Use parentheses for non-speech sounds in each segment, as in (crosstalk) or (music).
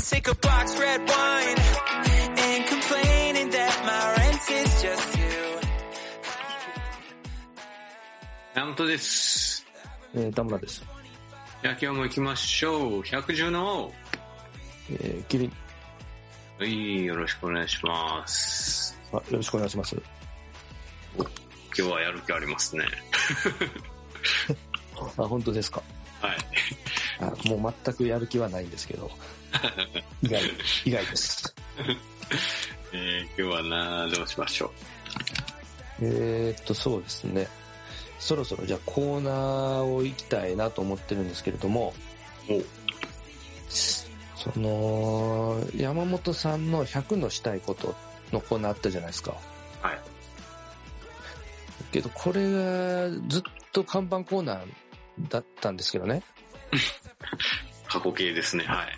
sick of boxed red wine and complaining that my rent is just due. 山本です。えー、田村です。いや、今日も行きましょう。110のえー、キリン王。はい、よろしくお願いします。あ、よろしくお願いします。今日はやる気ありますね。あ、本当ですか。はい。あ、もう全くやる気はないんですけ (laughs) ど。意外、意外です。えー、今日はな、どうしましょえー、っと、そうですね。そろそろじゃあコーナーを行きたいなと思ってるんですけれども、う。おその、山本さんの100のしたいことのコーナーあったじゃないですか。はい。けど、これがずっと看板コーナーだったんですけどね。過去形ですね。はい。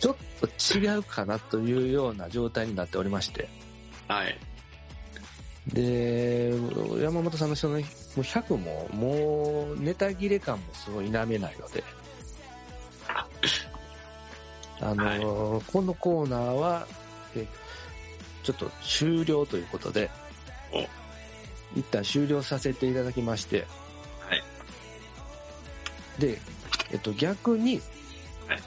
ちょっと違うかなというような状態になっておりまして。はい。で、山本さんのそのもう100も、もうネタ切れ感もすごい否めないので。あの、このコーナーは、えちょっと終了ということでお、一旦終了させていただきまして、はい。で、えっと、逆に、はい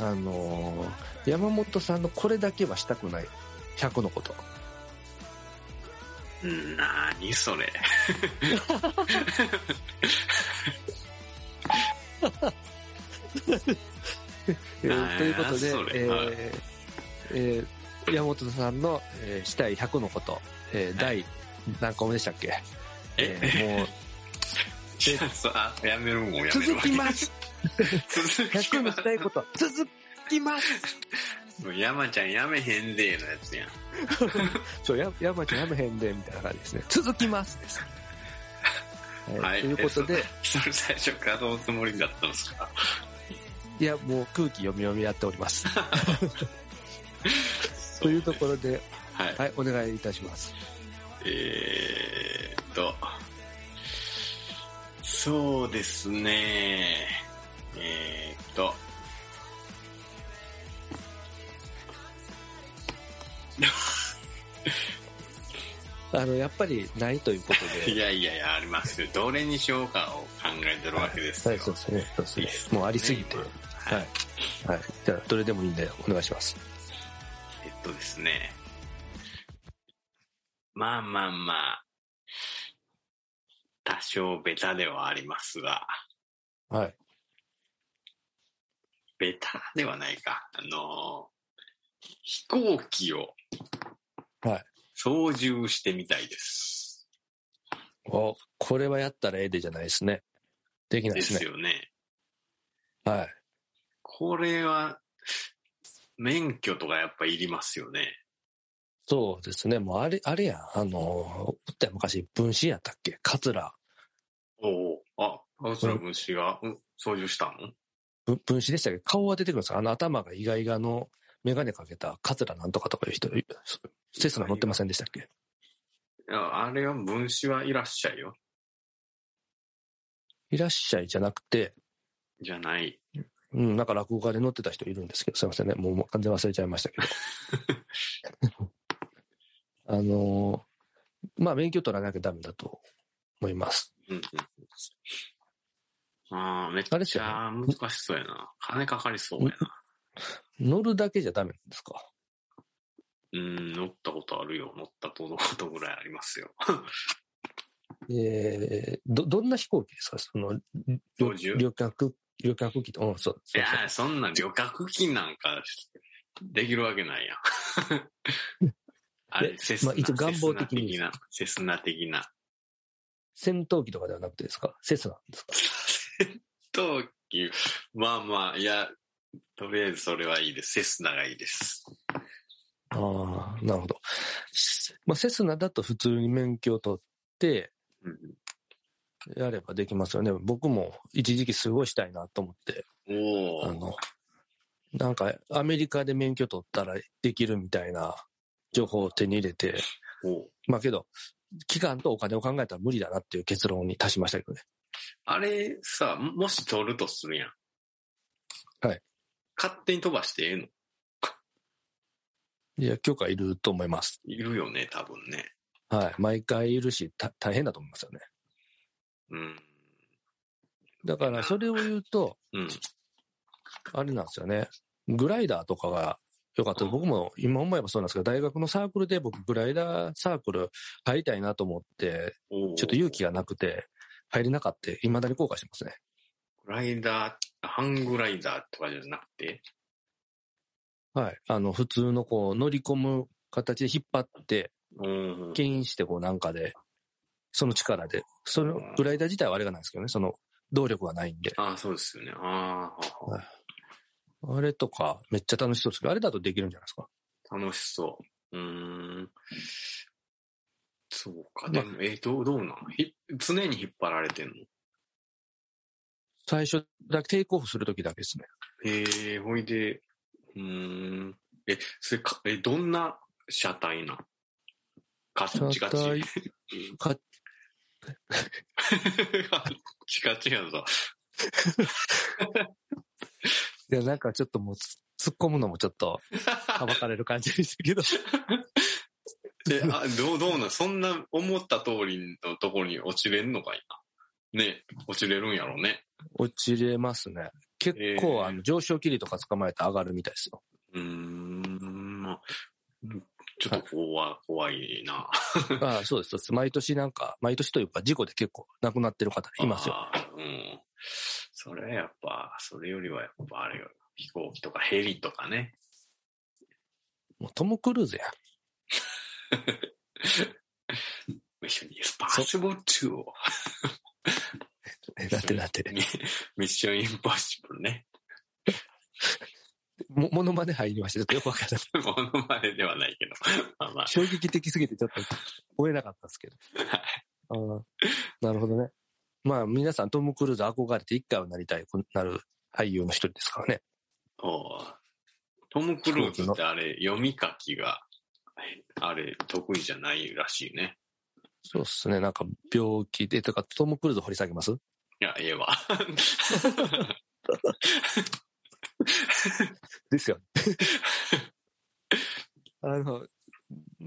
あのー山本さんのこれだけはしたくない100のこと。うんなにそれ。あえーーということでそれ、えーはいえー山本さんの、えーしたい100のこと、えー第何個目でしたっけ、え (laughs) ーもうじゃあさ、やめるもん、やめる続わきます続き !100 まのしたい (laughs) こと、続きますす。もう山ちゃんやめへんでーのやつやん。そう、や山ちゃんやめへんで、みたいな感じですね。続きます (laughs) です。えーはいということで、それ最初からどうつもりだったんですかいや、もう空気読み読みやっており (laughs) ます。というところで、はい。はい、お願いいたします。えーっと、そうですね。えーっと、あの、やっぱりないというこ (laughs) といで、やいやいや、ありますよ。どれにしようかを考えてるわけですよ。はい、そうですね、そいういでっすすね。もうありすぎて、ねはい。はい。じゃあ、どれでもいいんで、お願いします。えっとですね。まあまあまあ、多少ベタではありますが、はい。ベタではないか。あのー飛行機をはい。操縦してみたいです。お、これはやったらええでじゃないですね。できなでいですすね。よね。はい。これは、免許とかやっぱいりますよね。そうですね。もうあれ、あれやん、あの、打った昔、分身やったっけカツラ。おおあ、青空分子が、うん、操縦したのぶ分身でしたっけ顔は出てくるんですかあの頭がイガイガのメガネかけたカツラなんとかとかいう人、セスナ乗ってませんでしたっけいやあれは分子はいらっしゃいよ。いらっしゃいじゃなくて、じゃない。うん、なんか落語家で乗ってた人いるんですけど、すいませんね。もうもう完全忘れちゃいましたけど。 (laughs) あのーまあ、免許取らなきゃダメだと思います。うんうん。ああ、めっあれっすちよねゃ難しそうやな。金かかりそうやな。乗るだけじゃダメなんですかうん、乗ったことあるよ。乗ったことぐらいあります (laughs) よ。えー、ど、どんな飛行機ですかその、操縦旅客、旅客機と、うん、そう、いそうやー、そんな旅客機なんかできるわけない (laughs) やん。あれえ、セスナ、まあ一応願望的にセスナ的な。戦闘機とかではなくてですかセスナですか闘機、まあまあ、いや、とりあえずそれはいいです。セスナがいいです。ああ、なるほど。まあ、セスナだと普通に免許を取って、やればできますよね。僕も一時期すごいしたいなと思って、おあお、の、なんかアメリカで免許取ったらできるみたいな情報を手に入れて、おうまあけど、期間とお金を考えたら無理だなっていう結論に達しましたけどね。あれさ、もし取るとするやん。はい。勝手に飛ばしてええのいや、許可いると思います。いるよね、多分ね。はい。毎回いるし、た大変だと思いますよね。うん。だから、それを言うと、うん。あれなんですよね。グライダーとかが良かった。僕も今思えばそうなんですけど、大学のサークルで僕、グライダーサークル入りたいなと思って、おーちょっと勇気がなくて、入れなかった。未だに後悔してますね。グライダー、ハングライダーとかじゃなくて、はい。あの、普通のこう、乗り込む形で引っ張って、うん牽引してこうなんかで、その力で。そのグライダー自体はあれがないんですけどね、その動力がないんで。ああ、そうですよね。ああ、あれとか、めっちゃ楽しそうですけど、あれだとできるんじゃないですか。楽しそう。うーん。そうか。まであも、えー、どう、どうなんひ常に引っ張られてんの最初だけ、テイクオフするときだけですね。へえ、ほいで、うーん。え、それか、え、どんな車体なんカッチカチ。車 (laughs) かカッチカチやぞ。いや、なんかちょっともうつ、突っ込むのもちょっと、はばかれる感じでした (laughs) けど。で、あ、どう、どうなんそんな思った通りのところに落ちれんのかいな。ね、落ちれるんやろうね。落ちれますね。結構、えーあの、上昇切りとか捕まえて上がるみた (laughs) いですよ。うーん。まあちょっと怖い、怖いな。ああ、そうです、そうです。毎年なんか、毎年というか、事故で結構亡くなってる方いますよ。あー。うん。それはやっぱ、それよりはやっぱあれよ。飛行機とかヘリとかね。もうトム・クルーズや。 Mission Impossible 2を。えだってだって、ミミッションインポッシブルね。 (laughs) も、ものまね入りました。ちょっとよく (laughs) わからない。ものまねではないけど。 (laughs) まあまあ。衝撃的すぎてちょっと追えなかったですけど。ああなるほどね。まあ皆さんトム・クルーズ憧れて一回はなりたい、なる俳優の一人ですからね。おうトム・クルーズってあれ、読み書きが、あれ、得意じゃないらしいね。そうっすね。なんか病気で、とかトム・クルーズ掘り下げますいや、ええわ。ですよね。 (laughs) あの、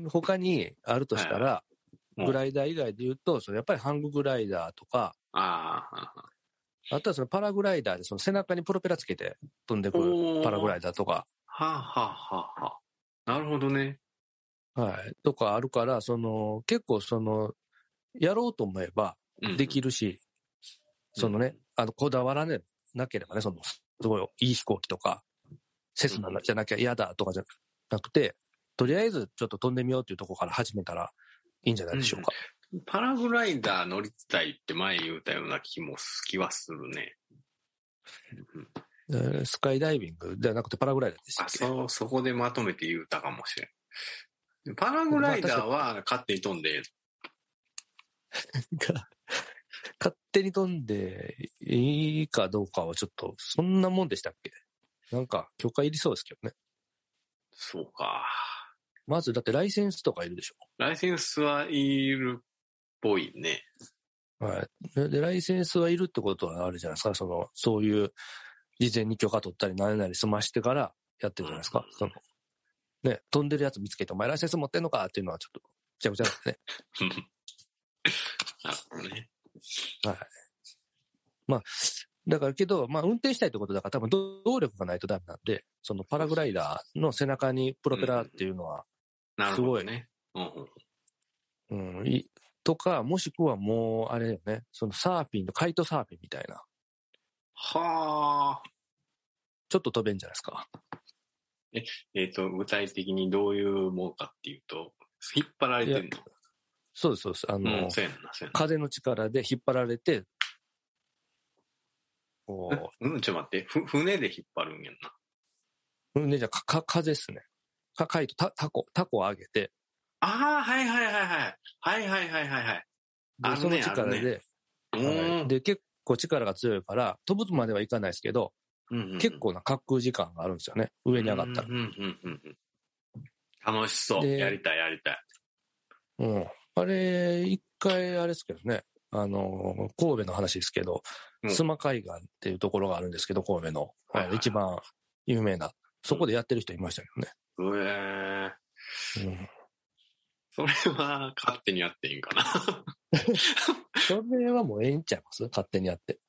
他にあるとしたら、はいグライダー以外で言うと、そのやっぱりハンググライダーとか、あ (laughs) あ。あとはそのパラグライダーでその背中にプロペラつけて飛んでくるおーパラグライダーとか、はあ、はあはあはあ、なるほどね。はい、とかあるから、その、結構その、やろうと思えばうんできるし、そのね、あの、こだわらねなければね、その、すごいいい飛行機とか、セスナじゃなきゃ嫌だとかじゃなくて、とりあえずちょっと飛んでみようっていうところから始めたらいいんじゃないでしょうか。パラグライダー乗りたいって前言うたような気もす、気はするね。えースカイダイビングではなくてパラグライダーでしたあ、っけそう、そこでまとめて言うたかもしれん。パラグライダーは勝手に飛んで、が勝手に飛んでいいかどうかはちょっと、そんなもんでしたっけなんか、許可いりそうですけどね。そうか。まず、だってライセンスとかいるでしライセンスはいるっぽいね。ょ。はい。でで、ライセンスはいるってことはあるじゃないですか。その、そういう、事前に許可取ったり、何々済ましてからやってるじゃないですか。その、ね、飛んでるやつ見つけて、お前ライセンス持ってんのかっていうのはちょっと、ぐちゃぐちゃなんですね。なるほどね。まあ、だからけど、まあ、運転したいってことだから、多分ど動力がないとダメなんで、そのパラグライダーの背中にプロペラっていうのは、なるほどね。うんうんうん、いとか、もしくはもう、あれだよね、そのサーフィンの、カイトサーフィンみたいな、はあ。ちょっと飛べんじゃないですか。えっ、と、具体的にどういうもんかっていうと、引っ張られてんそうです、そうです。あの。の、うん、そうやんな、そうやんな。風の力で引っ張られて、こうん、ちょっと待って。ふ、船で引っ張るんやんな。う、うんね、じゃあか、か、風ですね。か、カイト、た、タコ、タコを上げて、ああ、はいはいはいはい。はいはいはいはいはい。であそるのね力あるで、うはいん。で、結構力が強いから、飛ぶまではいかないですけど、うんうん結構な滑空時間があるんですよね。上に上がったらう。んうんうんうんうん。楽しそう。でやりたいやりたい。うん。あれ、一回あれですけどね。あの、神戸の話ですけど、うん須磨海岸っていうところがあるんですけど、神戸の、はいはいあの一番有名な、そこでやってる人いましたけえー、どね。うんそれは勝手にやっていいんかな。それはもうええんちゃいます勝手にやって。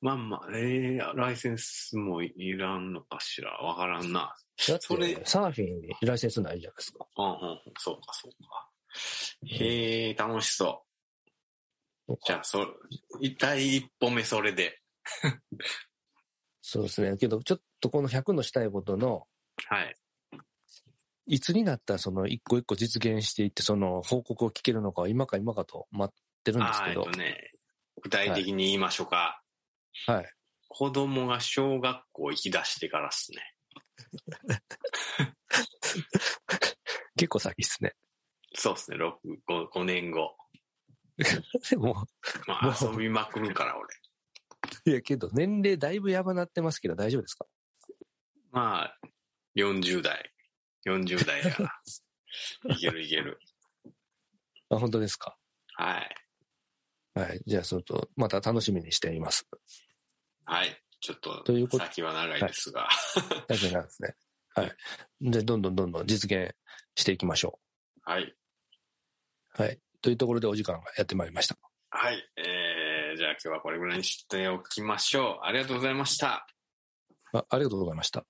まんまあ、えー、ライセンスもいらんのかしらわからんな。だっそれて、サーフィンにライセンスないじゃないですか。うんうんうん、そうかそうか。へえ、楽しそう。じゃあ、そ、第一歩目それで。そうですね。けど、ちょっとこの100のしたいことの、はい。いつになったらその一個一個実現していって、その報告を聞けるのかを今か今かと待ってるんですあーけえっどと、ね、具体的に言いましょうか。はい。子供が小学校行き出してからっすね。結構先ですね。 (laughs) そうっすね、6、5, 5年後。でも、まも (laughs) あ、う遊びまくるから、俺。いやけど、年齢だいぶやばなってますけど、大丈夫ですかまあ、40代。40代や (laughs) から。いけるいける。あ、本当ですかはい。はい。じゃあ、ちょっと、また楽しみにしています。はい。ちょっと、ということ先は長いですが。大丈夫なん (laughs) ですね。はい。で、どんどんどんどん実現していきましょはい。う。はい。というところでお時間がやってまいりました。はい。えー、じゃあ今日はこれぐらいにしておきましょう。ありがとうございました。あありがとうございました。